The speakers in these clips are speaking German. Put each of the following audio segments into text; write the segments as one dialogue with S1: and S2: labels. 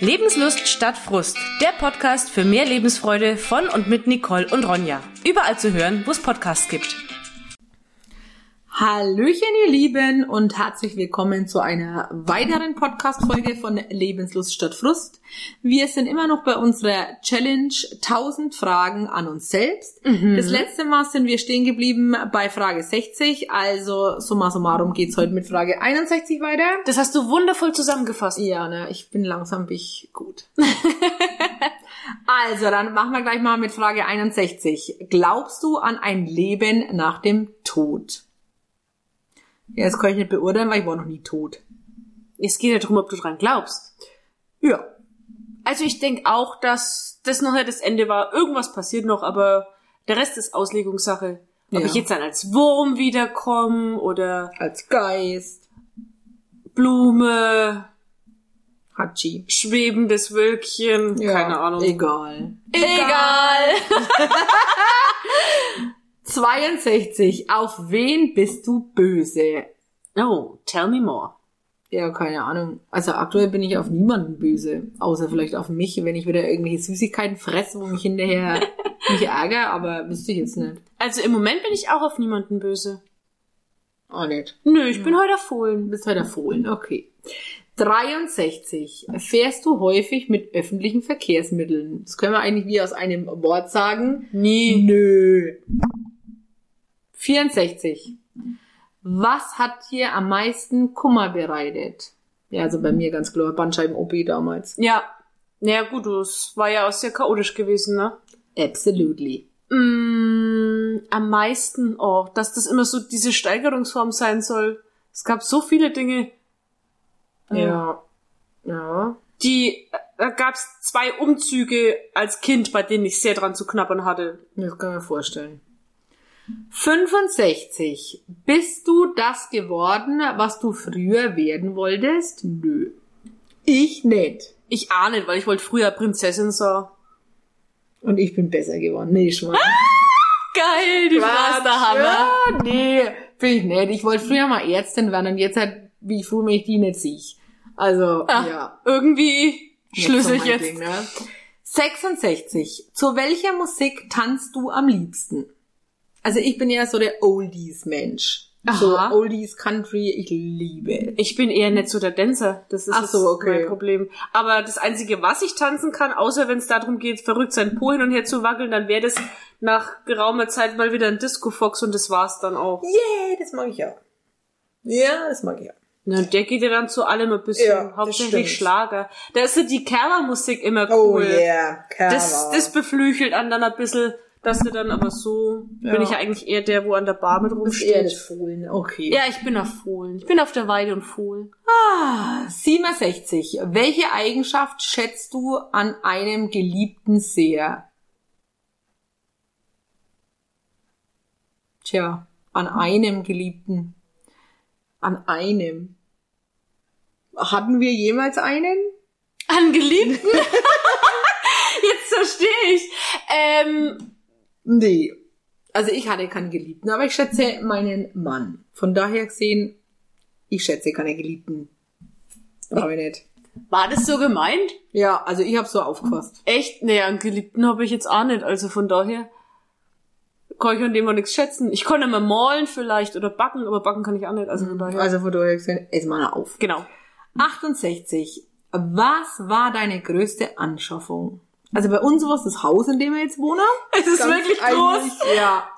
S1: Lebenslust statt Frust. Der Podcast für mehr Lebensfreude von und mit Nicole und Ronja. Überall zu hören, wo es Podcasts gibt.
S2: Hallöchen, ihr Lieben, und herzlich willkommen zu einer weiteren Podcast-Folge von Lebenslust statt Frust. Wir sind immer noch bei unserer Challenge 1000 Fragen an uns selbst. Das letzte Mal sind wir stehen geblieben bei Frage 60, also summa summarum geht's heute mit Frage 61 weiter.
S1: Das hast du wundervoll zusammengefasst.
S2: Ja, ne, ich bin langsam bin ich gut. also, dann machen wir gleich mal mit Frage 61. Glaubst du an ein Leben nach dem Tod? Ja, das kann ich nicht beurteilen, weil ich war noch nie tot.
S1: Es geht ja darum, ob du dran glaubst.
S2: Ja.
S1: Also ich denke auch, dass das noch nicht das Ende war. Irgendwas passiert noch, aber der Rest ist Auslegungssache. Ob
S2: Ja.
S1: ich jetzt dann als Wurm wiederkomme oder
S2: Als Geist.
S1: Blume,
S2: Hachi.
S1: schwebendes Wölkchen, keine Ahnung.
S2: Egal.
S1: Egal.
S2: 62. Auf wen bist du böse?
S1: Oh, tell me more.
S2: Ja, keine Ahnung. Also aktuell bin ich auf niemanden böse. Außer vielleicht auf mich, wenn ich wieder irgendwelche Süßigkeiten fresse, wo mich hinterher mich ärgere, aber wüsste ich jetzt nicht.
S1: Also im Moment bin ich auch auf niemanden böse.
S2: Auch nicht.
S1: Nö, ich bin heute erfohlen.
S2: Du bist heute erfohlen, okay. 63. Fährst du häufig mit öffentlichen Verkehrsmitteln? Das können wir eigentlich wie aus einem Wort sagen.
S1: Nee.
S2: Nö. 64. Was hat dir am meisten Kummer bereitet? Ja, also bei mir ganz klar, Bandscheiben-OP damals.
S1: Ja. Naja, gut, es war ja auch sehr chaotisch gewesen, ne?
S2: Absolutely.
S1: Mm, am meisten, oh, dass das immer so diese Steigerungsform sein soll. Es gab so viele Dinge, Äh,
S2: Ja. Ja.
S1: die, da gab's zwei Umzüge als Kind, bei denen ich sehr dran zu knabbern hatte.
S2: Das kann man vorstellen. 65. Bist du das geworden, was du früher werden wolltest? Nö. Ich nicht.
S1: Ich ahne, weil ich wollte früher Prinzessin sein.
S2: Und ich bin besser geworden. Nee, Schwein.
S1: Geil, die
S2: Was?
S1: Frage Ah, der Hammer.
S2: Ja, nee, bin ich nicht. Ich wollte früher mal Ärztin werden und jetzt halt, wie ich froh, wenn ich die nicht sehe. Also,
S1: Ah,
S2: ja.
S1: Irgendwie schlüssel ich
S2: so mein
S1: jetzt.
S2: Ding, ne? 66. Zu welcher Musik tanzt du am liebsten? Also ich bin ja so der Oldies-Mensch. So
S1: Aha.
S2: Oldies Country, ich liebe.
S1: Ich bin eher nicht so der Dancer. Das ist
S2: Ach so,
S1: das-
S2: okay.
S1: mein Problem. Aber das Einzige, was ich tanzen kann, außer wenn es darum geht, verrückt sein Po hin und her zu wackeln, dann wäre das nach geraumer Zeit mal wieder ein Disco-Fox und das war's dann auch.
S2: Yeah, das mag ich auch. Ja, das mag ich auch.
S1: Na, der geht ja dann zu allem ein bisschen.
S2: Ja, das stimmt. Oh
S1: hauptsächlich Schlager. Da ist ja die Kerbermusik immer cool.
S2: yeah,
S1: Das, das beflüchelt einen dann ein bisschen, dass du dann aber so,
S2: Ja.
S1: bin ich ja eigentlich eher der, wo an der Bar mit
S2: ist eher das
S1: rumsteht.
S2: Fohlen, okay.
S1: Ja, ich bin auf Fohlen. Ich bin auf der Weide und Fohlen.
S2: Ah, 67. Welche Eigenschaft schätzt du an einem Geliebten sehr? Tja, an einem Geliebten. An einem. Hatten wir jemals einen?
S1: An Geliebten? Jetzt verstehe ich. Ähm,
S2: Nee. Also ich hatte keinen Geliebten, aber ich schätze meinen Mann. Von daher gesehen, ich schätze keine Geliebten. Aber nicht.
S1: war das so gemeint?
S2: Ja, also ich habe so aufgefasst.
S1: Echt? Nee, an Geliebten habe ich jetzt auch nicht. Also von daher kann ich an dem auch nichts schätzen. Ich konnte mal malen vielleicht oder backen, aber backen kann ich auch nicht. Also von daher.
S2: Also von daher gesehen, es mal auf.
S1: genau.
S2: 68. Was war deine größte Anschaffung? Also bei uns war es das Haus, in dem wir jetzt wohnen.
S1: Es ist
S2: Also Ganz
S1: wirklich
S2: eigentlich,
S1: groß.
S2: Ja.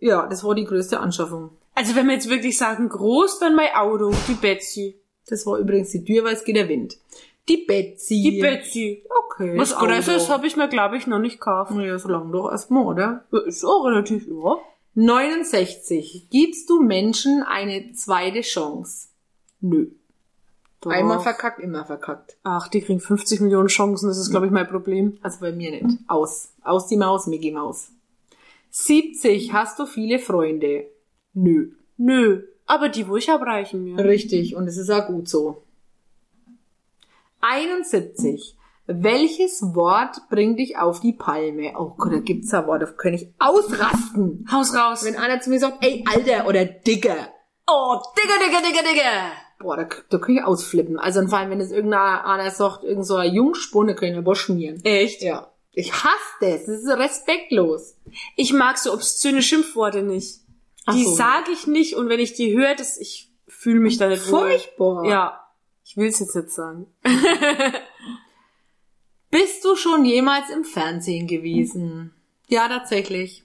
S2: Ja, das war die größte Anschaffung.
S1: Also wenn wir jetzt wirklich sagen groß, dann mein Auto, die Betsy.
S2: Das war übrigens die Tür, weil es geht der Wind. Die Betsy.
S1: Die Betsy.
S2: Okay.
S1: Was
S2: das Auto.
S1: Größeres habe ich mir, glaube ich, noch nicht gekauft.
S2: Ja, so lange doch erstmal, oder?
S1: Ist auch relativ, ja.
S2: 69. Gibst du Menschen eine zweite Chance? Nö.
S1: Doch.
S2: Einmal verkackt, immer verkackt.
S1: Ach, die kriegen 50 Millionen Chancen, das ist, glaube ich, mein Problem.
S2: Also bei mir nicht. Aus. Aus die Maus, Mickey Maus. 70. Hast du viele Freunde? Nö.
S1: Nö, aber die, wo ich hab, reichen mir.
S2: Richtig, und es ist auch gut so. 71. Welches Wort bringt dich auf die Palme? Oh Gott, da gibt's da Worte, da kann ich ausrasten.
S1: Haus raus.
S2: Wenn einer zu mir sagt, ey, Alter oder Digger.
S1: Oh, Digga, Digga, Digga, Digga.
S2: Boah, da, da kann ich ausflippen. Also und vor allem, wenn es irgendeiner sagt, irgend so ein Jungspund, da kann ich aber schmieren.
S1: Echt?
S2: Ja. Ich hasse das. Das ist respektlos.
S1: Ich mag so obszöne Schimpfworte nicht.
S2: Ach
S1: die
S2: so.
S1: sage ich nicht und wenn ich die höre, das, ich fühle mich da nicht
S2: Furchtbar.
S1: wohl. Ja. Ich will's jetzt nicht sagen.
S2: Bist du schon jemals im Fernsehen gewesen? Ja, tatsächlich.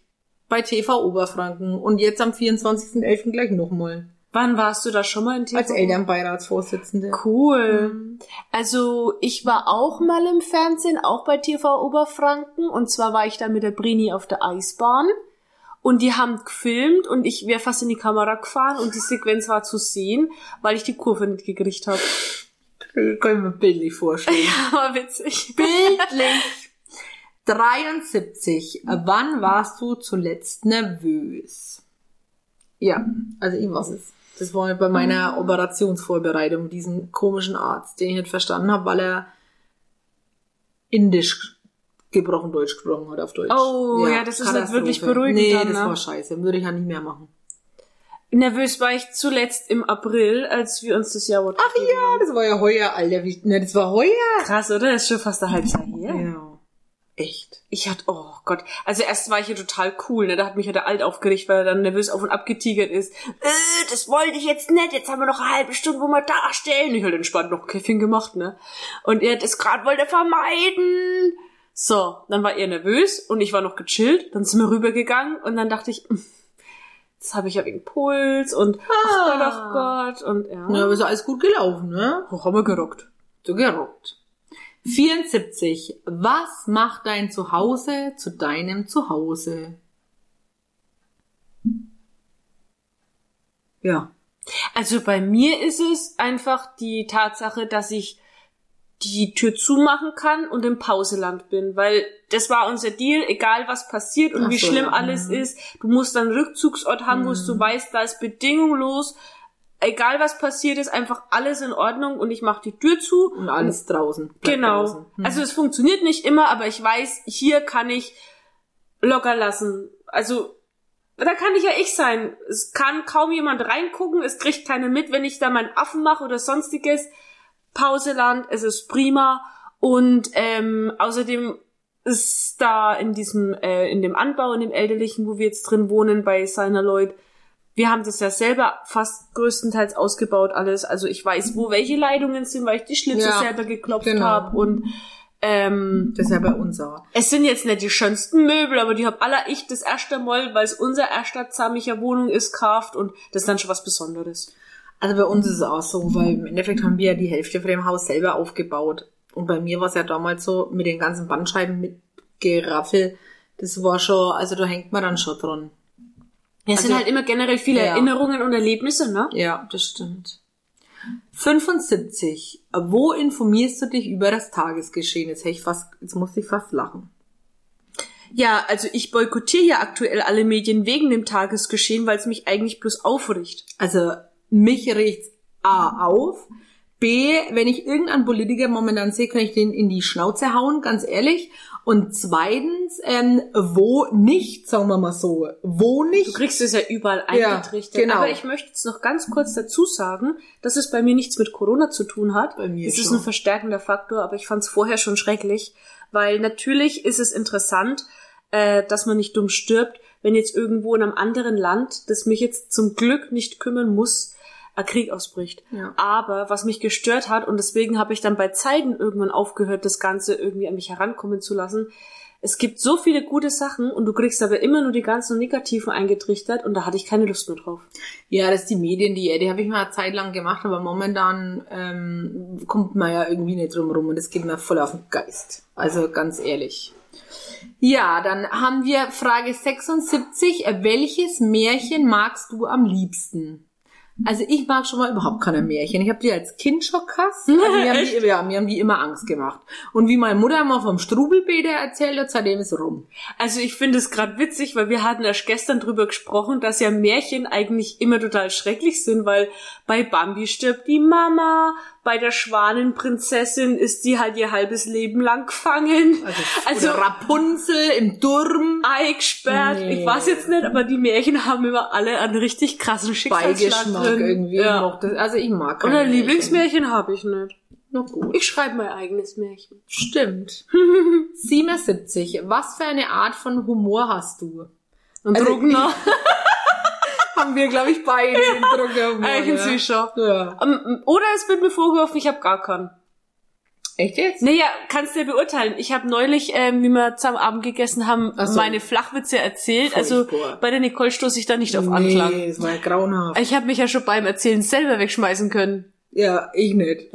S2: Bei TV Oberfranken und jetzt am 24.11. gleich nochmal.
S1: Wann warst du da schon mal in TV?
S2: Als Elternbeiratsvorsitzende.
S1: Cool. Also ich war auch mal im Fernsehen, auch bei TV Oberfranken. Und zwar war ich da mit der Brini auf der Eisbahn. Und die haben gefilmt und ich wäre fast in die Kamera gefahren und die Sequenz war zu sehen, weil ich die Kurve nicht gekriegt habe.
S2: Können wir bildlich vorstellen.
S1: Aber witzig.
S2: Bildlich. 73. Wann warst du zuletzt nervös? Ja, also ich war es. Das war bei meiner
S1: Ähm.
S2: Operationsvorbereitung, diesen komischen Arzt, den ich nicht verstanden habe, weil er indisch gebrochen Deutsch gesprochen hat auf Deutsch.
S1: Oh, ja, das ist nicht
S2: Katastrophe.
S1: wirklich beruhigend
S2: Nee,
S1: dann,
S2: das
S1: ne?
S2: war scheiße. Würde ich ja nicht mehr machen.
S1: Nervös war ich zuletzt im April, als wir uns das Jahr Ach
S2: Ja, das war ja heuer, Alter. Wie, ne, das war heuer.
S1: Krass, oder? Das ist schon fast ein halbes Jahr her.
S2: Ja. Echt.
S1: Ich hatte, oh Gott. Also erst war ich ja total cool, ne? Da hat mich ja der Alt aufgeregt, weil er dann nervös auf und ab getigert ist. Äh, das wollte ich jetzt nicht. Jetzt haben wir noch eine halbe Stunde, wo wir darstellen. Ich halt entspannt noch ein Käffchen gemacht, ne? Und er hat das gerade wollte er vermeiden. So, dann war er nervös und ich war noch gechillt. Dann sind wir rübergegangen und dann dachte ich, "Mm, jetzt habe ich ja wegen Puls und ach oh
S2: Ah.
S1: Gott, ach Gott und ja.
S2: Ja, aber ist ja alles gut gelaufen, ne?
S1: Hoch haben wir gerockt.
S2: So gerockt. 74. Was macht dein Zuhause zu deinem Zuhause? Ja.
S1: Also bei mir ist es einfach die Tatsache, dass ich die Tür zumachen kann und im Pauseland bin, weil das war unser Deal, egal was passiert und
S2: Ach
S1: wie
S2: so,
S1: schlimm
S2: ja. Mhm.
S1: alles ist, du musst dann einen Rückzugsort haben, wo du weißt, da ist bedingungslos, egal was passiert ist, einfach alles in Ordnung und ich mache die Tür zu.
S2: Und alles draußen. bleibt
S1: genau.
S2: Draußen. Hm.
S1: Also es funktioniert nicht immer, aber ich weiß, hier kann ich locker lassen. Also da kann ich ja ich sein. Es kann kaum jemand reingucken, es kriegt keiner mit, wenn ich da meinen Affen mache oder sonstiges. Pauseland, es ist prima. Und ähm, außerdem ist da in diesem, äh, in dem Anbau, in dem elterlichen, wo wir jetzt drin wohnen, bei seiner Leut, wir haben das ja selber fast größtenteils ausgebaut alles. Also ich weiß, wo welche Leitungen sind, weil ich die Schlitze
S2: Ja,
S1: selber geklopft
S2: genau.
S1: habe. Und ähm,
S2: das ist ja bei uns auch.
S1: es sind jetzt nicht die schönsten Möbel, aber die hab aller ich das erste Mal, weil es unser erster zahmiger Wohnung ist, kauft und das ist dann schon was Besonderes.
S2: Also bei uns ist es auch so, weil im Endeffekt haben wir ja die Hälfte von dem Haus selber aufgebaut. Und bei mir war es ja damals so, mit den ganzen Bandscheiben mit Geraffel, das war schon, also da hängt man dann schon dran.
S1: Ja, es sind
S2: Also-
S1: halt immer generell viele
S2: Ja.
S1: Erinnerungen und Erlebnisse, ne?
S2: Ja, das stimmt. 75. Wo informierst du dich über das Tagesgeschehen? Jetzt, hätte ich fast, jetzt musste ich fast lachen.
S1: Ja, also ich boykottiere ja aktuell alle Medien wegen dem Tagesgeschehen, weil es mich eigentlich bloß aufricht.
S2: Also mich regt's A auf. B, wenn ich irgendeinen Politiker momentan sehe, kann ich den in die Schnauze hauen, ganz ehrlich. Und zweitens, ähm, wo nicht, sagen wir mal so. Wo
S1: Du
S2: nicht?
S1: kriegst es ja überall
S2: Ja,
S1: eingetrichtert.
S2: genau.
S1: Aber ich möchte jetzt noch ganz kurz dazu sagen, dass es bei mir nichts mit Corona zu tun hat.
S2: Bei mir
S1: es ist
S2: schon.
S1: ein verstärkender Faktor, aber ich fand es vorher schon schrecklich, weil natürlich ist es interessant, äh, dass man nicht dumm stirbt, wenn jetzt irgendwo in einem anderen Land, das mich jetzt zum Glück nicht kümmern muss, ein Krieg ausbricht.
S2: Ja.
S1: Aber was mich gestört hat, und deswegen habe ich dann bei Zeiten irgendwann aufgehört, das Ganze irgendwie an mich herankommen zu lassen. Es gibt so viele gute Sachen und du kriegst aber immer nur die ganzen Negativen eingetrichtert und da hatte ich keine Lust mehr drauf.
S2: Ja, das ist die Mediendiät. Die habe ich mal eine Zeit lang gemacht, aber momentan ähm, kommt man ja irgendwie nicht drum rum und das geht mir voll auf den Geist. Also ganz ehrlich. Ja, dann haben wir Frage 76. Welches Märchen magst du am liebsten? Also ich mag schon mal überhaupt keine Märchen. Ich habe die als Kind schon gehasst. Also mir, haben die, ja, mir haben die immer Angst gemacht. Und wie meine Mutter mal vom Strubelbäder erzählt hat, seitdem ist rum.
S1: Also ich finde es gerade witzig, weil wir hatten erst gestern drüber gesprochen, dass ja Märchen eigentlich immer total schrecklich sind, weil bei Bambi stirbt die Mama, bei der Schwanenprinzessin ist die halt ihr halbes Leben lang gefangen.
S2: Also,
S1: Also-
S2: oder Rapunzel im Durm.
S1: eingesperrt.
S2: Nee.
S1: Ich weiß jetzt nicht, aber die Märchen haben immer alle einen richtig krassen Schicksalsschlag
S2: Beigeschmack
S1: drin.
S2: irgendwie. Ich
S1: Ja.
S2: mochte- Also ich mag
S1: Und
S2: keine
S1: ein Lieblingsmärchen habe ich nicht.
S2: Märchen. Na gut.
S1: Ich schreibe mein eigenes Märchen.
S2: Stimmt. 77. Was für eine Art von Humor hast du?
S1: Und
S2: Also
S1: Druckner.
S2: Haben wir, glaube ich, beide den Druckerhumor.
S1: Eigentlich schon.
S2: ja.
S1: Ähm, Oder es wird mir vorgeworfen, ich habe gar keinen.
S2: Echt jetzt?
S1: Naja, kannst du ja beurteilen. Ich habe neulich, ähm, wie wir zusammen Abend gegessen haben,
S2: Ach so.
S1: meine Flachwitze erzählt.
S2: Furchtbar.
S1: Also bei der Nicole stoße ich da nicht auf Anklang.
S2: Nee, es war ja grauenhaft.
S1: Ich habe mich ja schon beim Erzählen selber wegschmeißen können.
S2: Ja, ich nicht.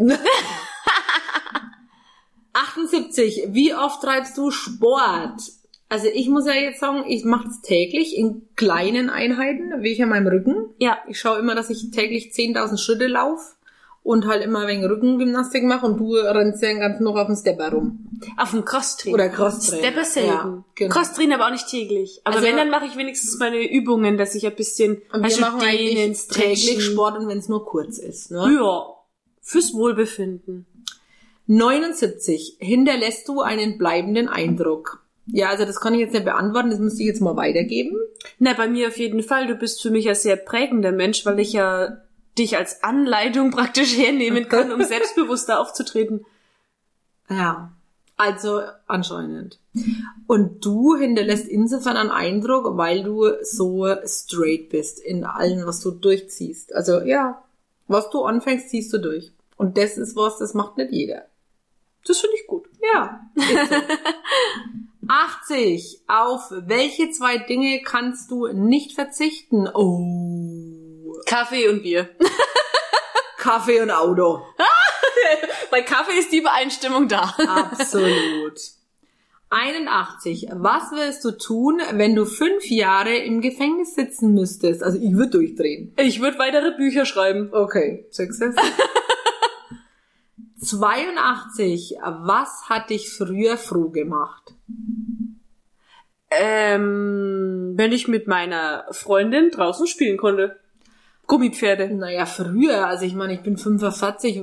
S2: 78. Wie oft treibst du Sport? Also ich muss ja jetzt sagen, ich mache es täglich in kleinen Einheiten, wie ich an meinem Rücken.
S1: Ja.
S2: Ich schaue immer, dass ich täglich 10.000 Schritte laufe und halt immer wegen Rückengymnastik mache und du rennst ja den ganzen noch auf dem Stepper rum.
S1: Auf dem Crosstrainer.
S2: Oder Crosstrainer.
S1: Stepper selten.
S2: Ja, genau.
S1: Crosstrainer aber auch nicht täglich. Aber
S2: Also-
S1: wenn, dann mache ich wenigstens meine Übungen, dass ich ein bisschen...
S2: Und
S1: weißt
S2: wir
S1: du,
S2: machen eigentlich
S1: Dehnen, Stretchen.
S2: täglich Sport und wenn es nur kurz ist. Ne?
S1: Ja. Fürs Wohlbefinden.
S2: 79. Hinterlässt du einen bleibenden Eindruck? Ja, also das kann ich jetzt nicht beantworten, das müsste ich jetzt mal weitergeben.
S1: Na, bei mir auf jeden Fall. Du bist für mich ein sehr prägender Mensch, weil ich ja dich als Anleitung praktisch hernehmen kann, um selbstbewusster aufzutreten.
S2: Ja. Also anscheinend. Und du hinterlässt insofern einen Eindruck, weil du so straight bist in allem, was du durchziehst. Also ja, was du anfängst, ziehst du durch. Und das ist was, das macht nicht jeder.
S1: Das finde ich gut.
S2: Ja. Ist so. 80. Auf welche zwei Dinge kannst du nicht verzichten? Oh.
S1: Kaffee und Bier.
S2: Kaffee und Auto.
S1: Bei Kaffee ist die Übereinstimmung da.
S2: Absolut. 81. Was wirst du tun, wenn du fünf Jahre im Gefängnis sitzen müsstest? Also ich würde durchdrehen.
S1: Ich würde weitere Bücher schreiben.
S2: Okay, success. 82. Was hat dich früher froh gemacht?
S1: Ähm, wenn ich mit meiner Freundin draußen spielen konnte. Gummipferde.
S2: Naja, früher. Also ich meine, ich bin 45,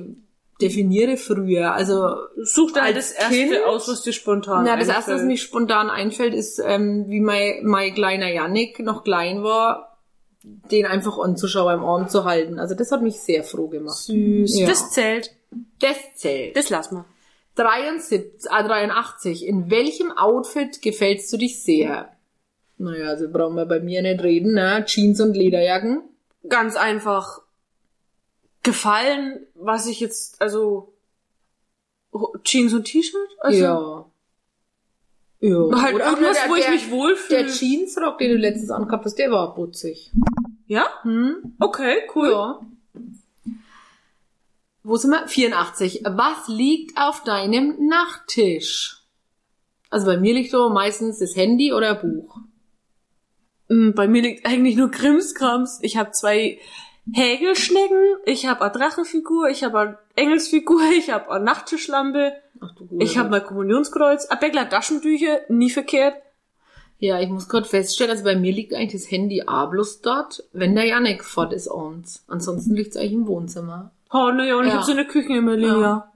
S2: definiere früher. Also
S1: Such da halt
S2: Als
S1: das erste
S2: Kind?
S1: aus, was dir spontan
S2: Na, das erste,
S1: einfällt.
S2: was mir spontan einfällt, ist, ähm, wie mein, mein kleiner Yannick noch klein war, den einfach anzuschauen, im Arm zu halten. Also das hat mich sehr froh gemacht.
S1: süß.
S2: Ja.
S1: Das zählt.
S2: Das zählt.
S1: Das lass mal.
S2: 73, ah, 83. In welchem Outfit gefällst du dich sehr? Naja, also brauchen wir bei mir nicht reden, ne? Jeans und Lederjacken.
S1: Ganz einfach gefallen, was ich jetzt, also oh, Jeans und T-Shirt? Also,
S2: ja. Ja.
S1: Halt
S2: Oder auch
S1: irgendwas, wo
S2: nur der-
S1: ich
S2: der-
S1: mich
S2: Der
S1: wohlfühle.
S2: Jeansrock, den du letztens angehabt hast, der war putzig.
S1: Ja?
S2: Hm?
S1: Okay, cool.
S2: Ja. Wo sind wir? 84. Was liegt auf deinem Nachttisch? Also bei mir liegt so meistens das Handy oder ein Buch.
S1: Mm, Bei mir liegt eigentlich nur Krimskrams. Ich habe zwei Hägelschnecken, ich habe eine Drachenfigur, ich habe eine Engelsfigur, ich habe eine Nachttischlampe,
S2: Ach du
S1: ich habe mein Kommunionskreuz, ein Bäckler Taschentücher, nie verkehrt.
S2: Ja, ich muss gerade feststellen, also bei mir liegt eigentlich das Handy A bloß dort, wenn der Janik fort ist abends. Ansonsten liegt es eigentlich im Wohnzimmer.
S1: Oh, naja, und ich
S2: Ja.
S1: habe so eine Küche immer liegen.
S2: Ja.
S1: Ja.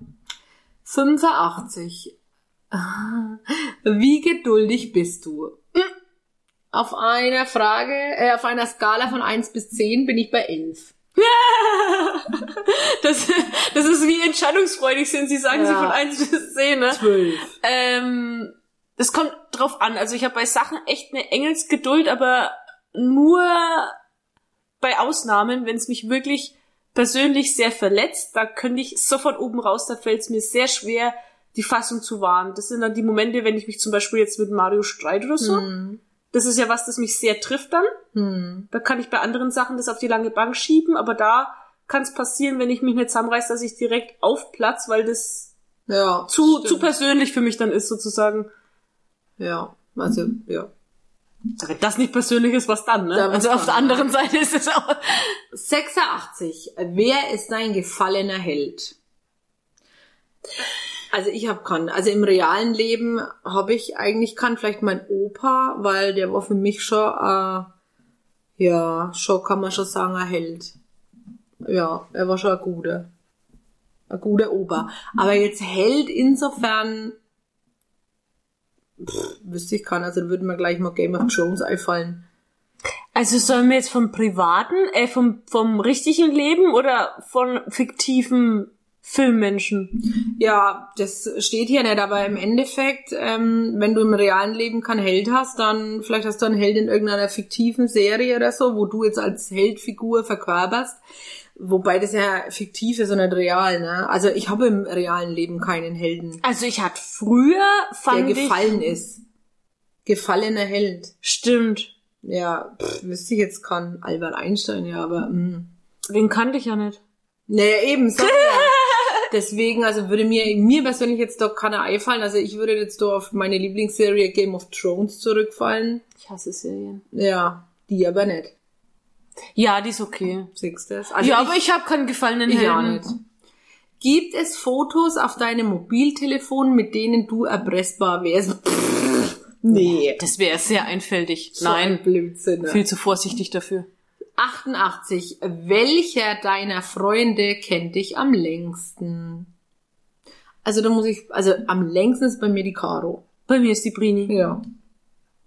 S2: 85. Ah, Wie geduldig bist du? Auf einer Frage, äh, auf einer Skala von 1 bis 10 bin ich bei 11.
S1: Das, das ist wie entscheidungsfreudig sind. Sie sagen sie
S2: Ja.
S1: von 1 bis 10, ne?
S2: 12.
S1: Ähm, das kommt drauf an. Also ich habe bei Sachen echt eine Engelsgeduld, aber nur bei Ausnahmen, wenn es mich wirklich persönlich sehr verletzt, da könnte ich sofort oben raus, da fällt es mir sehr schwer, die Fassung zu wahren. Das sind dann die Momente, wenn ich mich zum Beispiel jetzt mit Mario streite oder so.
S2: Hm.
S1: Das ist ja was, das mich sehr trifft dann.
S2: Hm.
S1: Da kann ich bei anderen Sachen das auf die lange Bank schieben, aber da kann es passieren, wenn ich mich nicht zusammenreiß, dass ich direkt aufplatz, weil das
S2: Ja.
S1: zu,
S2: stimmt.
S1: zu persönlich für mich dann ist sozusagen.
S2: Ja, also, ja.
S1: Also Wenn das nicht persönlich ist, was dann, ne?
S2: Da was
S1: also auf
S2: dann,
S1: der anderen Seite ist es auch.
S2: 86. Wer ist dein gefallener Held? Also ich habe keinen. Also im realen Leben habe ich eigentlich keinen. Vielleicht mein Opa, weil der war für mich schon, äh, ja, schon kann man schon sagen, ein Held. Ja, er war schon ein guter. ein guter Opa. Aber jetzt Held insofern pff, wüsste ich kann, also würde mir gleich mal Game of Thrones einfallen.
S1: Also sollen wir jetzt vom privaten, äh, vom, vom richtigen Leben oder von fiktiven Filmmenschen?
S2: Ja, das steht hier nicht, aber im Endeffekt, ähm, wenn du im realen Leben keinen Held hast, dann vielleicht hast du einen Held in irgendeiner fiktiven Serie oder so, wo du jetzt als Heldfigur verkörperst. Wobei das ja fiktiv ist und nicht real, ne? Also ich habe im realen Leben keinen Helden,
S1: Also ich hatte früher,
S2: der
S1: fand ich...
S2: gefallen ist. Gefallener Held.
S1: Stimmt.
S2: Ja, pff, wüsste ich jetzt kann. Albert Einstein, ja, aber. mm. Mh.
S1: Den kannte ich ja nicht.
S2: Naja, eben, sag ja. Deswegen, also würde mir, mir persönlich jetzt doch keiner einfallen. Also ich würde jetzt doch auf meine Lieblingsserie Game of Thrones zurückfallen.
S1: Ich hasse Serien.
S2: Ja, die aber nicht.
S1: Ja, die ist okay.
S2: Siehst du das?
S1: ja, aber ich habe keinen gefallenen
S2: Also ich
S1: Helden.
S2: ja nicht. Gibt es Fotos auf deinem Mobiltelefon, mit denen du erpressbar wärst? Pff, nee.
S1: Das wäre sehr einfältig.
S2: So ein
S1: Nein,
S2: Blödsinn. ne?
S1: viel zu vorsichtig dafür.
S2: 88. Welcher deiner Freunde kennt dich am längsten? Also da muss ich, also am längsten ist bei mir die Caro.
S1: Bei mir ist die Brini.
S2: Ja.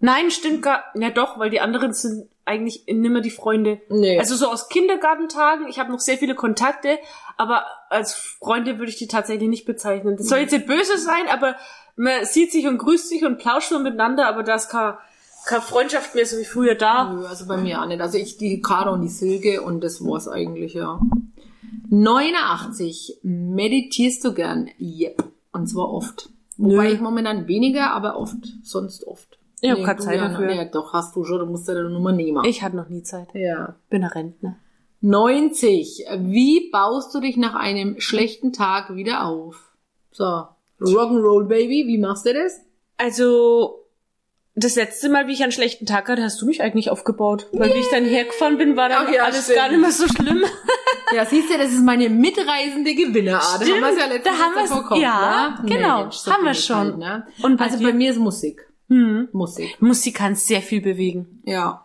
S1: Nein, stimmt gar. Na doch, weil die anderen sind eigentlich nimmer die Freunde.
S2: Nee.
S1: Also so aus Kindergartentagen, ich habe noch sehr viele Kontakte, aber als Freunde würde ich die tatsächlich nicht bezeichnen. Das soll jetzt nicht böse sein, aber man sieht sich und grüßt sich und plauscht nur miteinander, aber da ist keine, keine Freundschaft mehr so wie früher da.
S2: Nö, also bei mir auch nicht. Also ich, die Caro und die Silke und das war's eigentlich, ja. 89. Meditierst du gern? Yep. Und zwar oft. Wobei
S1: Nö.
S2: ich momentan weniger, aber oft. Sonst oft.
S1: Ich hab keine
S2: du
S1: Zeit
S2: ja,
S1: dafür.
S2: Ja, doch, hast du schon. Du musst ja deine Nummer nehmen.
S1: Ich hatte noch nie Zeit.
S2: ja.
S1: Bin ein Rentner.
S2: 90. Wie baust du dich nach einem schlechten Tag wieder auf? So, Rock'n'Roll Baby, wie machst du das?
S1: Also, das letzte Mal, wie ich einen schlechten Tag hatte, hast du mich eigentlich aufgebaut. Weil wie ich dann hergefahren bin, war dann
S2: Ach ja,
S1: alles
S2: stimmt.
S1: gar nicht mehr so schlimm.
S2: Ja, siehst du, das ist meine mitreisende Gewinnerart.
S1: Stimmt,
S2: wir's letztens
S1: da haben wir's-
S2: davor gehabt,
S1: ja,
S2: ne?
S1: genau,
S2: Mensch, so
S1: haben wir
S2: bin ich
S1: schon.
S2: Halt, ne?
S1: Und bei
S2: also
S1: dir?
S2: bei mir ist Musik.
S1: Hm.
S2: Musik,
S1: Musik kann sehr viel bewegen.
S2: ja.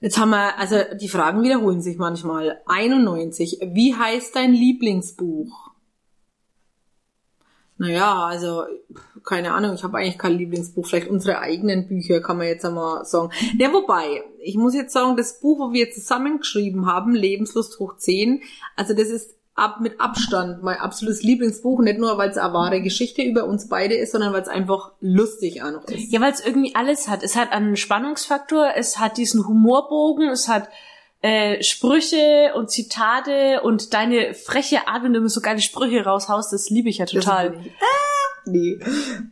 S2: Jetzt haben wir, also die Fragen wiederholen sich manchmal. 91. Wie heißt dein Lieblingsbuch? Naja, also pff, keine Ahnung, ich habe eigentlich kein Lieblingsbuch. Vielleicht unsere eigenen Bücher kann man jetzt einmal sagen. Ja, wobei, ich muss jetzt sagen, das Buch, wo wir zusammengeschrieben haben, Lebenslust hoch 10, also das ist ab, mit Abstand mein absolutes Lieblingsbuch. Nicht nur, weil es eine wahre Geschichte über uns beide ist, sondern weil es einfach lustig auch noch ist.
S1: Ja, weil es irgendwie alles hat. Es hat einen Spannungsfaktor, es hat diesen Humorbogen, es hat äh, Sprüche und Zitate und deine freche Art, wenn du immer so geile Sprüche raushaust, das liebe ich ja total.
S2: Das ist nicht- Ah, nee.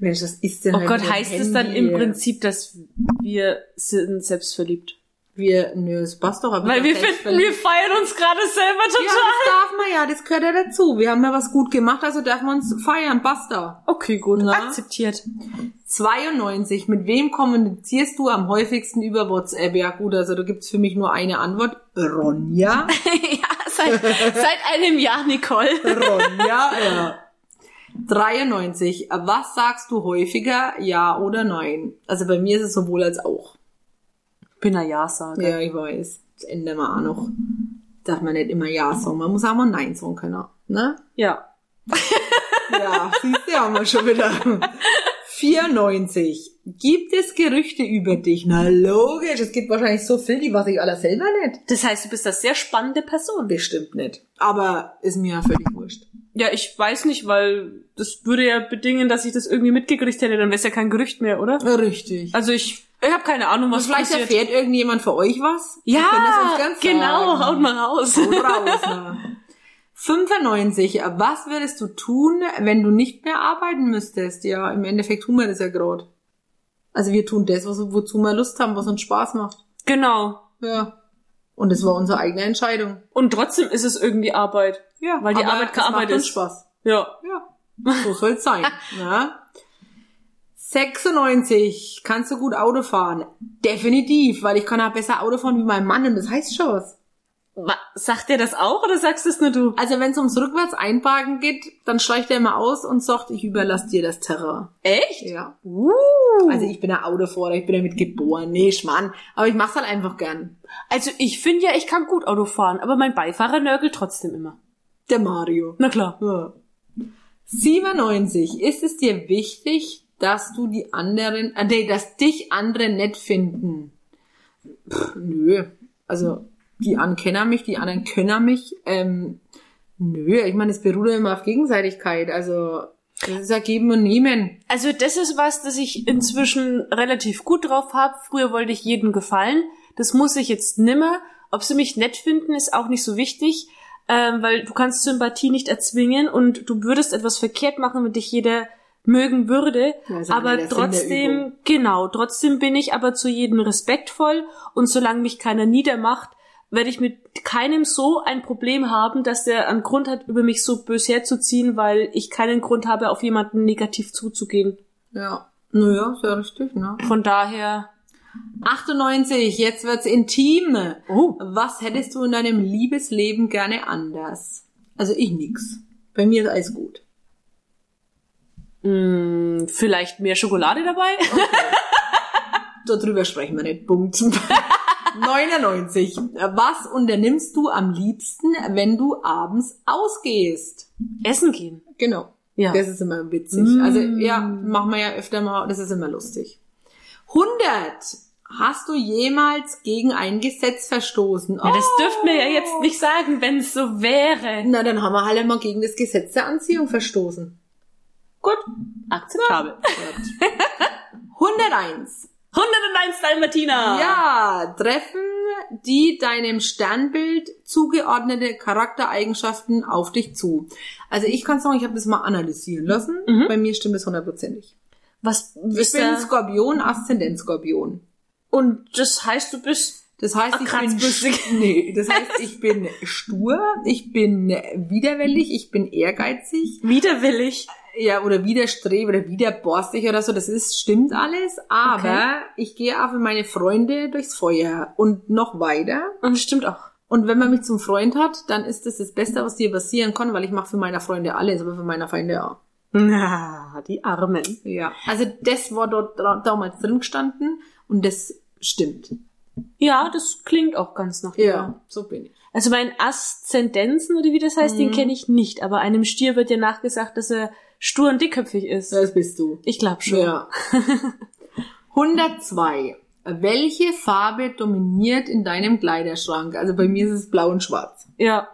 S2: Mensch, das ist denn
S1: oh
S2: halt
S1: Gott,
S2: nur ein
S1: heißt es dann im
S2: Handy.
S1: Prinzip, dass wir sind selbstverliebt?
S2: Wir, nö, es passt doch. Aber
S1: Weil wir
S2: selbst
S1: finden, wir feiern uns gerade selber
S2: wenn- Ja,
S1: total.
S2: das darf man ja, das gehört ja dazu. Wir haben ja was gut gemacht, also darf man uns feiern, basta.
S1: Okay, gut.
S2: Na?
S1: Akzeptiert.
S2: 92. Mit wem kommunizierst du am häufigsten über WhatsApp? Ja gut, also da gibt's für mich nur eine Antwort. Ronja.
S1: ja, seit, seit einem Jahr, Nicole.
S2: Ronja, ja. 93. Was sagst du häufiger, ja oder nein? Also bei mir ist es sowohl als auch.
S1: Bin ein Ja-Sager.
S2: Ja, ich weiß. Das ändern wir auch noch. Darf man nicht immer Ja sagen. Man muss auch mal Nein sagen können. Ne?
S1: ja.
S2: Ja, siehst du, haben wir schon wieder. 94. Gibt es Gerüchte über dich? Na logisch, es gibt wahrscheinlich so viel, die weiß ich alle selber nicht.
S1: Das heißt, du bist eine sehr spannende Person.
S2: Bestimmt nicht. Aber ist mir ja völlig wurscht.
S1: Ja, ich weiß nicht, weil das würde ja bedingen, dass ich das irgendwie mitgekriegt hätte. Dann wäre es ja kein Gerücht mehr, oder?
S2: Richtig.
S1: Also ich, ich habe keine Ahnung, was
S2: Und vielleicht
S1: passiert.
S2: erfährt irgendjemand von euch was? Ihr könnt es
S1: ja,
S2: uns ganz
S1: genau.
S2: sagen.
S1: Haut mal raus.
S2: Und raus. Ne? 95. Was würdest du tun, wenn du nicht mehr arbeiten müsstest? Ja, im Endeffekt tun wir das ja gerade. Also wir tun das, was, wozu wir Lust haben, was uns Spaß macht.
S1: Genau.
S2: Ja. Und das war unsere eigene Entscheidung.
S1: Und trotzdem ist es irgendwie Arbeit.
S2: Ja,
S1: weil die
S2: aber
S1: Arbeit keine
S2: es
S1: Arbeit
S2: macht uns
S1: ist.
S2: Spaß.
S1: Ja.
S2: Ja, so soll's sein. ne? 96. Kannst du gut Auto fahren? Definitiv, weil ich kann auch besser Auto fahren wie mein Mann und das heißt schon was.
S1: Wa- Sagt der das auch oder sagst es nur du?
S2: Also wenn es ums Rückwärts einparken geht, dann schleicht er immer aus und sagt, ich überlasse dir das Terrain.
S1: Echt?
S2: Ja.
S1: Uh.
S2: Also ich bin ein Autofahrer, ich bin damit geboren. Nee, Schmarrn. Aber ich mach's halt einfach gern.
S1: Also ich finde ja, ich kann gut Auto fahren, aber mein Beifahrer nörgelt trotzdem immer.
S2: Der Mario.
S1: Na klar.
S2: Ja. 97. Ist es dir wichtig, dass du die anderen, äh, nee, dass dich andere nett finden? Pff, nö. Also, die einen kennen mich, die anderen können mich. Ähm, nö, ich meine, es beruht ja immer auf Gegenseitigkeit. Also, das ist ja geben und nehmen.
S1: Also das ist was, das ich inzwischen relativ gut drauf habe. Früher wollte ich jedem gefallen. Das muss ich jetzt nimmer. Ob sie mich nett finden, ist auch nicht so wichtig, ähm, weil du kannst Sympathie nicht erzwingen und du würdest etwas verkehrt machen, wenn dich jeder mögen würde.
S2: Ja, ist ja
S1: aber
S2: der Sinn der
S1: trotzdem,
S2: Übung.
S1: genau, trotzdem bin ich aber zu jedem respektvoll und solange mich keiner niedermacht, werde ich mit keinem so ein Problem haben, dass der einen Grund hat, über mich so bös herzuziehen, weil ich keinen Grund habe, auf jemanden negativ zuzugehen.
S2: Ja. Naja, ist ja richtig, ne?
S1: Von daher,
S2: 98, jetzt wird's intim.
S1: oh,
S2: Was hättest du in deinem Liebesleben gerne anders? Also ich nix. Bei mir ist alles gut.
S1: mh, mm, vielleicht mehr Schokolade dabei?
S2: Darüber sprechen wir nicht. Punkt. 99. Was unternimmst du am liebsten, wenn du abends ausgehst?
S1: Essen gehen.
S2: Genau.
S1: Ja.
S2: Das ist immer witzig.
S1: Mm.
S2: Also ja, machen wir ja öfter mal. Das ist immer lustig. 100. Hast du jemals gegen ein Gesetz verstoßen?
S1: Ja, das
S2: Oh.
S1: dürft mir ja jetzt nicht sagen, wenn es so wäre.
S2: Na, dann haben wir halt mal gegen das Gesetz der Anziehung verstoßen. Gut.
S1: Akzeptabel.
S2: 101.
S1: 101 Dalmatiner.
S2: Ja, treffen die deinem Sternbild zugeordnete Charaktereigenschaften auf dich zu. Also ich kann sagen, ich habe das mal analysieren lassen.
S1: Mhm.
S2: Bei mir stimmt es hundertprozentig.
S1: Was
S2: Ich
S1: bist
S2: bin
S1: du?
S2: Skorpion, Aszendent Skorpion.
S1: Und das heißt, du bist
S2: Das heißt, ich bin,
S1: kratzbürstig.
S2: nee, das heißt, ich bin stur, ich bin widerwillig, ich bin ehrgeizig,
S1: widerwillig.
S2: ja, oder widerstrebe oder widerborstig oder so, das ist, stimmt alles, aber ich gehe auch für meine Freunde durchs Feuer und noch weiter.
S1: Und das stimmt auch.
S2: Und wenn man mich zum Freund hat, dann ist das das Beste, was dir passieren kann, weil ich mache für meine Freunde alles, aber für meine Feinde auch.
S1: Na, die Armen.
S2: Ja. Also das war dort dra- damals drin gestanden und das stimmt.
S1: Ja, das klingt auch ganz nach
S2: Ja, so bin ich.
S1: Also mein Aszendenzen oder wie das heißt, den
S2: Mhm.
S1: kenne ich nicht, aber einem Stier wird ja nachgesagt, dass er stur und dickköpfig ist.
S2: Das bist du.
S1: Ich glaube schon.
S2: Ja. 102. Welche Farbe dominiert in deinem Kleiderschrank? Also bei mir ist es blau und schwarz.
S1: ja.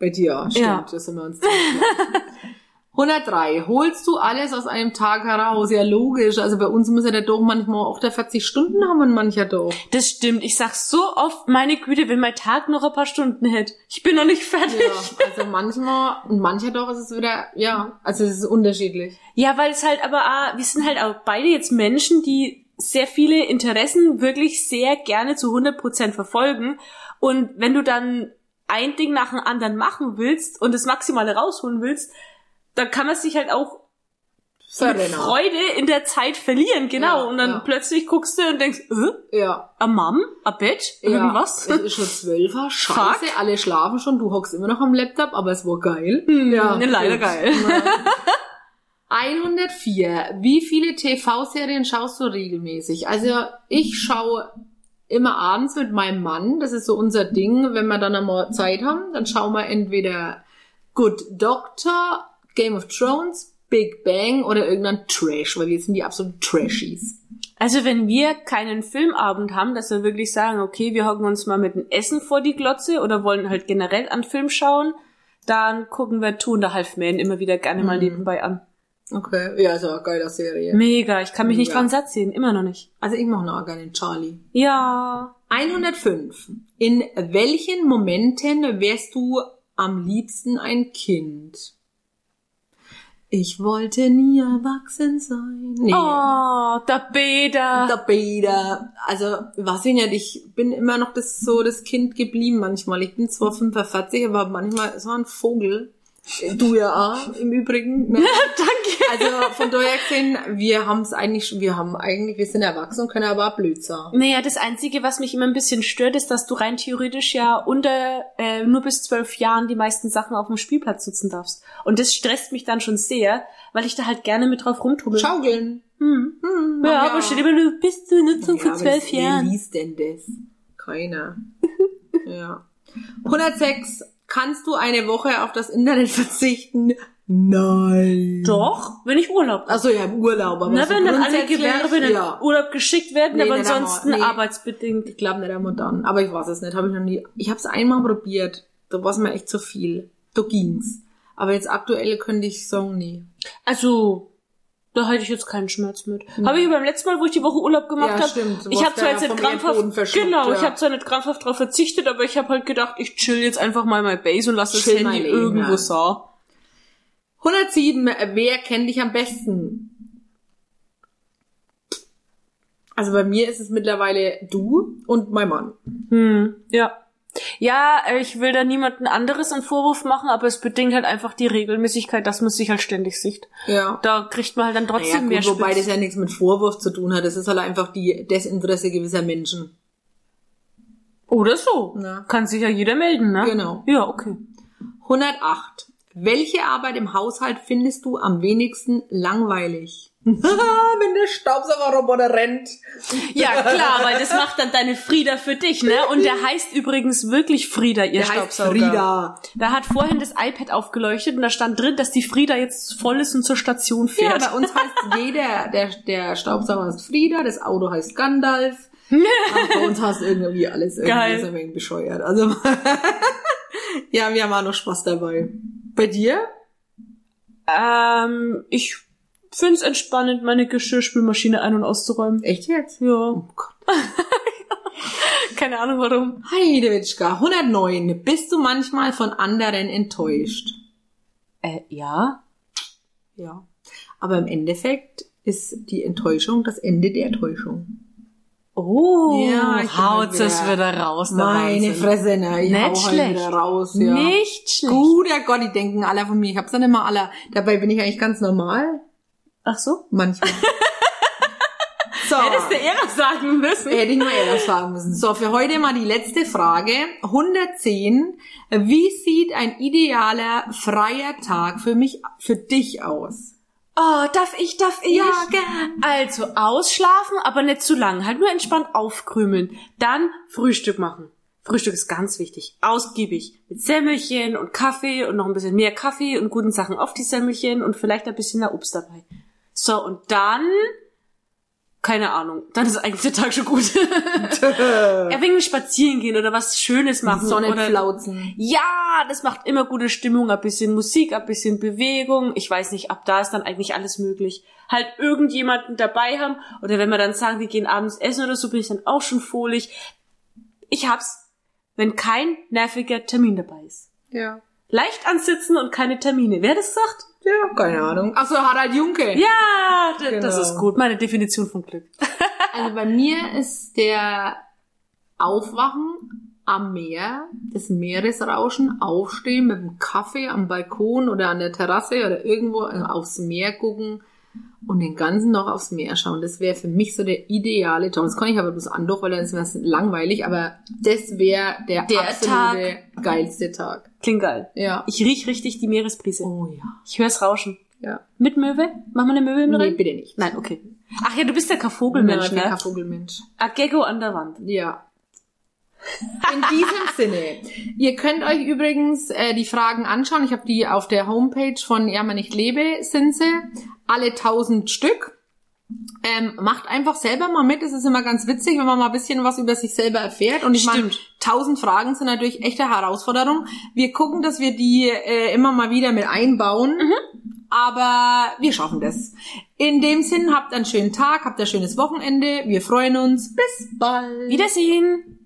S2: Bei dir, stimmt,
S1: Ja.
S2: das sind wir uns ziemlich gleich. 103. Holst du alles aus einem Tag heraus? Ja, logisch. Also bei uns muss ja der doch manchmal auch der 40 Stunden haben und mancher doch.
S1: Das stimmt. Ich sag so oft, meine Güte, wenn mein Tag noch ein paar Stunden hätte. Ich bin noch nicht fertig.
S2: Ja, also manchmal und mancher doch ist es wieder, ja, also es ist unterschiedlich.
S1: Ja, weil es halt aber, auch- wir sind halt auch beide jetzt Menschen, die sehr viele Interessen wirklich sehr gerne zu 100% verfolgen. Und wenn du dann ein Ding nach dem anderen machen willst und das Maximale rausholen willst, dann kann man sich halt auch mit
S2: Serena.
S1: Freude in der Zeit verlieren, genau.
S2: Ja,
S1: und dann
S2: ja.
S1: plötzlich guckst du und denkst, äh,
S2: Ja,
S1: a Mom, a Bitch,
S2: ja.
S1: irgendwas.
S2: Es ist schon zwölfer, scheiße,
S1: Fuck.
S2: alle schlafen schon, du hockst immer noch am Laptop, aber es war geil.
S1: Hm, leider
S2: gut.
S1: geil.
S2: Ja. 104. Wie viele TV-Serien schaust du regelmäßig? Also ich schaue immer abends mit meinem Mann, das ist so unser Ding, wenn wir dann einmal Zeit haben, dann schauen wir entweder Good Doctor, Game of Thrones, Big Bang oder irgendein Trash, weil wir sind die absoluten Trashies.
S1: Also wenn wir keinen Filmabend haben, dass wir wirklich sagen, okay, wir hocken uns mal mit dem Essen vor die Glotze oder wollen halt generell an Film schauen, dann gucken wir Two and a Half Men immer wieder gerne mal
S2: Mhm.
S1: nebenbei an.
S2: Okay, ja, ist ja eine geile Serie.
S1: Mega, ich kann mich nicht
S2: Ja.
S1: dran satt sehen, immer noch nicht.
S2: Also ich mache noch gerne Charlie.
S1: Ja,
S2: 105. In welchen Momenten wärst du am liebsten ein Kind? Ich wollte nie erwachsen sein. Nee.
S1: oh, der Beda.
S2: Der Bäder. Also, was ich nicht, ich bin immer noch das, so das Kind geblieben manchmal. Ich bin zwar 45, aber manchmal so ein Vogel. Du ja auch, im Übrigen. Ne?
S1: Danke.
S2: Also, von daher gesehen, wir haben es eigentlich, schon- wir haben eigentlich, wir sind erwachsen und können aber auch blöd sein.
S1: Naja, das Einzige, was mich immer ein bisschen stört, ist, dass du rein theoretisch ja unter äh, nur bis zwölf Jahren die meisten Sachen auf dem Spielplatz sitzen darfst. Und das stresst mich dann schon sehr, weil ich da halt gerne mit drauf rumtummel.
S2: Schaukeln.
S1: Hm.
S2: Hm,
S1: Ja,
S2: na
S1: aber stell dir mal, du bist zur Nutzung
S2: Ja,
S1: von
S2: aber
S1: zwölf
S2: das- eh Wer
S1: Jahren.
S2: liest denn das? Keiner. ja. 106. Kannst du eine Woche auf das Internet verzichten? Nein.
S1: Doch, wenn ich Urlaub habe.
S2: Also ja, im Urlaub, aber
S1: Ne,
S2: so
S1: wenn dann alle
S2: grundsätzlich,
S1: Gewerbe in den
S2: ja.
S1: Urlaub geschickt werden,
S2: Nee,
S1: aber
S2: nicht einmal.
S1: ansonsten
S2: Nee.
S1: arbeitsbedingt.
S2: Ich glaube nicht einmal dann. Aber ich weiß es nicht. Habe ich noch nie. Ich habe es einmal probiert. Da war es mir echt zu viel. Da ging's. Aber jetzt aktuell könnte ich sagen, nee.
S1: Also, da hätte ich jetzt keinen Schmerz mit.
S2: Mhm.
S1: Habe ich beim letzten Mal, wo ich die Woche Urlaub gemacht habe,
S2: stimmt. Du
S1: ich
S2: warst
S1: habe zwar
S2: ja
S1: jetzt nicht
S2: vom Erdboden
S1: krampfhaft,
S2: verschluckt,
S1: genau,
S2: ja.
S1: ich habe zwar nicht krampfhaft drauf verzichtet, aber ich habe halt gedacht, ich chill jetzt einfach mal mein Base und lasse das
S2: Chill mein
S1: Handy
S2: Leben,
S1: irgendwo
S2: ja.
S1: sah.
S2: 107. Wer kennt dich am besten? Also bei mir ist es mittlerweile du und mein Mann.
S1: Hm, ja. Ja, äh, ich will da niemanden anderes einen Vorwurf machen, aber es bedingt halt einfach die Regelmäßigkeit, dass man sich halt ständig sieht.
S2: Ja.
S1: Da kriegt man halt dann trotzdem
S2: Naja,
S1: mehr
S2: gut, wobei das
S1: Spitz.
S2: ja nichts mit Vorwurf zu tun hat. Das ist halt einfach die Desinteresse gewisser Menschen.
S1: Oder so.
S2: Ja.
S1: Kann sich ja jeder melden, ne?
S2: Genau.
S1: Ja, okay.
S2: 108. Welche Arbeit im Haushalt findest du am wenigsten langweilig? Wenn der Staubsaugerroboter rennt.
S1: Ja, klar, weil das macht dann deine Frieda für dich, ne? Und der heißt übrigens wirklich Frieda, ihr
S2: Der heißt
S1: Staubsauger.
S2: Frieda.
S1: Da hat vorhin das iPad aufgeleuchtet und da stand drin, dass die Frieda jetzt voll ist und zur Station
S2: Ja,
S1: fährt.
S2: bei uns heißt jeder, der, der Staubsauger heißt Frieda, das Auto heißt Gandalf. Ach, bei uns heißt irgendwie alles irgendwie,
S1: Geil.
S2: ist irgendwie bescheuert. Also, ja, wir haben auch noch Spaß dabei. Bei dir?
S1: ähm, ich find's entspannend, meine Geschirrspülmaschine ein- und auszuräumen.
S2: Echt jetzt?
S1: Ja,
S2: Oh Gott.
S1: keine Ahnung warum.
S2: Heidewitschka, 109. Bist du manchmal von anderen enttäuscht?
S1: Äh, ja?
S2: Ja. Aber im Endeffekt ist die Enttäuschung das Ende der Täuschung.
S1: Oh,
S2: Ja, ich bin
S1: haut
S2: wieder-
S1: es wieder raus. der
S2: Meine
S1: Wahnsinn.
S2: Fresse, ne? Ich
S1: Nicht
S2: hau
S1: schlecht.
S2: Halt wieder raus, ja.
S1: Nicht schlecht.
S2: Guter Gott, die denken alle von mir. Ich hab's dann immer alle. Dabei bin ich eigentlich ganz normal.
S1: Ach so?
S2: Manchmal. so.
S1: Hättest du eher sagen müssen.
S2: Hätte ich mal eher sagen müssen. So, für heute mal die letzte Frage. 110. Wie sieht ein idealer freier Tag für mich, für dich aus?
S1: Oh, darf ich, darf ich?
S2: Ja, gern.
S1: Also ausschlafen, aber nicht zu lang. Halt nur entspannt aufkrümeln. Dann Frühstück machen. Frühstück ist ganz wichtig. Ausgiebig. Mit Semmelchen und Kaffee und noch ein bisschen mehr Kaffee und guten Sachen auf die Semmelchen und vielleicht ein bisschen mehr Obst dabei. So, und dann. Keine Ahnung. Dann ist eigentlich der Tag schon gut. ja, wegen spazieren gehen oder was Schönes machen.
S2: Also,
S1: oder
S2: Sonnenflauzen.
S1: ja, das macht immer gute Stimmung, ein bisschen Musik, ein bisschen Bewegung. Ich weiß nicht, ab da ist dann eigentlich alles möglich. Halt irgendjemanden dabei haben oder wenn wir dann sagen, wir gehen abends essen oder so, bin ich dann auch schon frohlich. Ich hab's, wenn kein nerviger Termin dabei ist.
S2: Ja.
S1: Leicht ansitzen und keine Termine. Wer das sagt?
S2: Ja, keine Ahnung. Ach so, Harald Junke.
S1: Ja, d- das
S2: Genau.
S1: ist gut. Meine Definition von Glück.
S2: Also bei mir ist der Aufwachen am Meer, das Meeresrauschen, Aufstehen mit dem Kaffee am Balkon oder an der Terrasse oder irgendwo aufs Meer gucken und den ganzen noch aufs Meer schauen. Das wäre für mich so der ideale Traum. Das kann ich aber bloß andoch, weil dann ist mir das langweilig, aber das wäre der,
S1: Der
S2: absolute geilste Tag.
S1: Klingt geil.
S2: Ja.
S1: Ich riech richtig die Meeresbrise.
S2: Oh ja.
S1: Ich hör's rauschen.
S2: Ja.
S1: Mit Möwe? Machen wir eine Möwe mit
S2: Nee,
S1: rein?
S2: bitte nicht.
S1: Nein, okay. Ach ja, du bist ja kein Vogelmensch,
S2: Nein,
S1: ne?
S2: kein Vogelmensch.
S1: A Gecko an der Wand.
S2: Ja. In diesem Sinne. Ihr könnt euch übrigens äh, die Fragen anschauen. Ich habe die auf der Homepage von Ja, man ich lebe, sind sie. Alle 1000 Stück. Ähm, macht einfach selber mal mit. Es ist immer ganz witzig, wenn man mal ein bisschen was über sich selber erfährt. Und ich meine,
S1: Stimmt.
S2: 1000 Fragen sind natürlich echte Herausforderung. Wir gucken, dass wir die äh, immer mal wieder mit einbauen. Aber wir schaffen das. In dem Sinn, habt einen schönen Tag, habt ein schönes Wochenende. Wir freuen uns. Bis bald.
S1: Wiedersehen!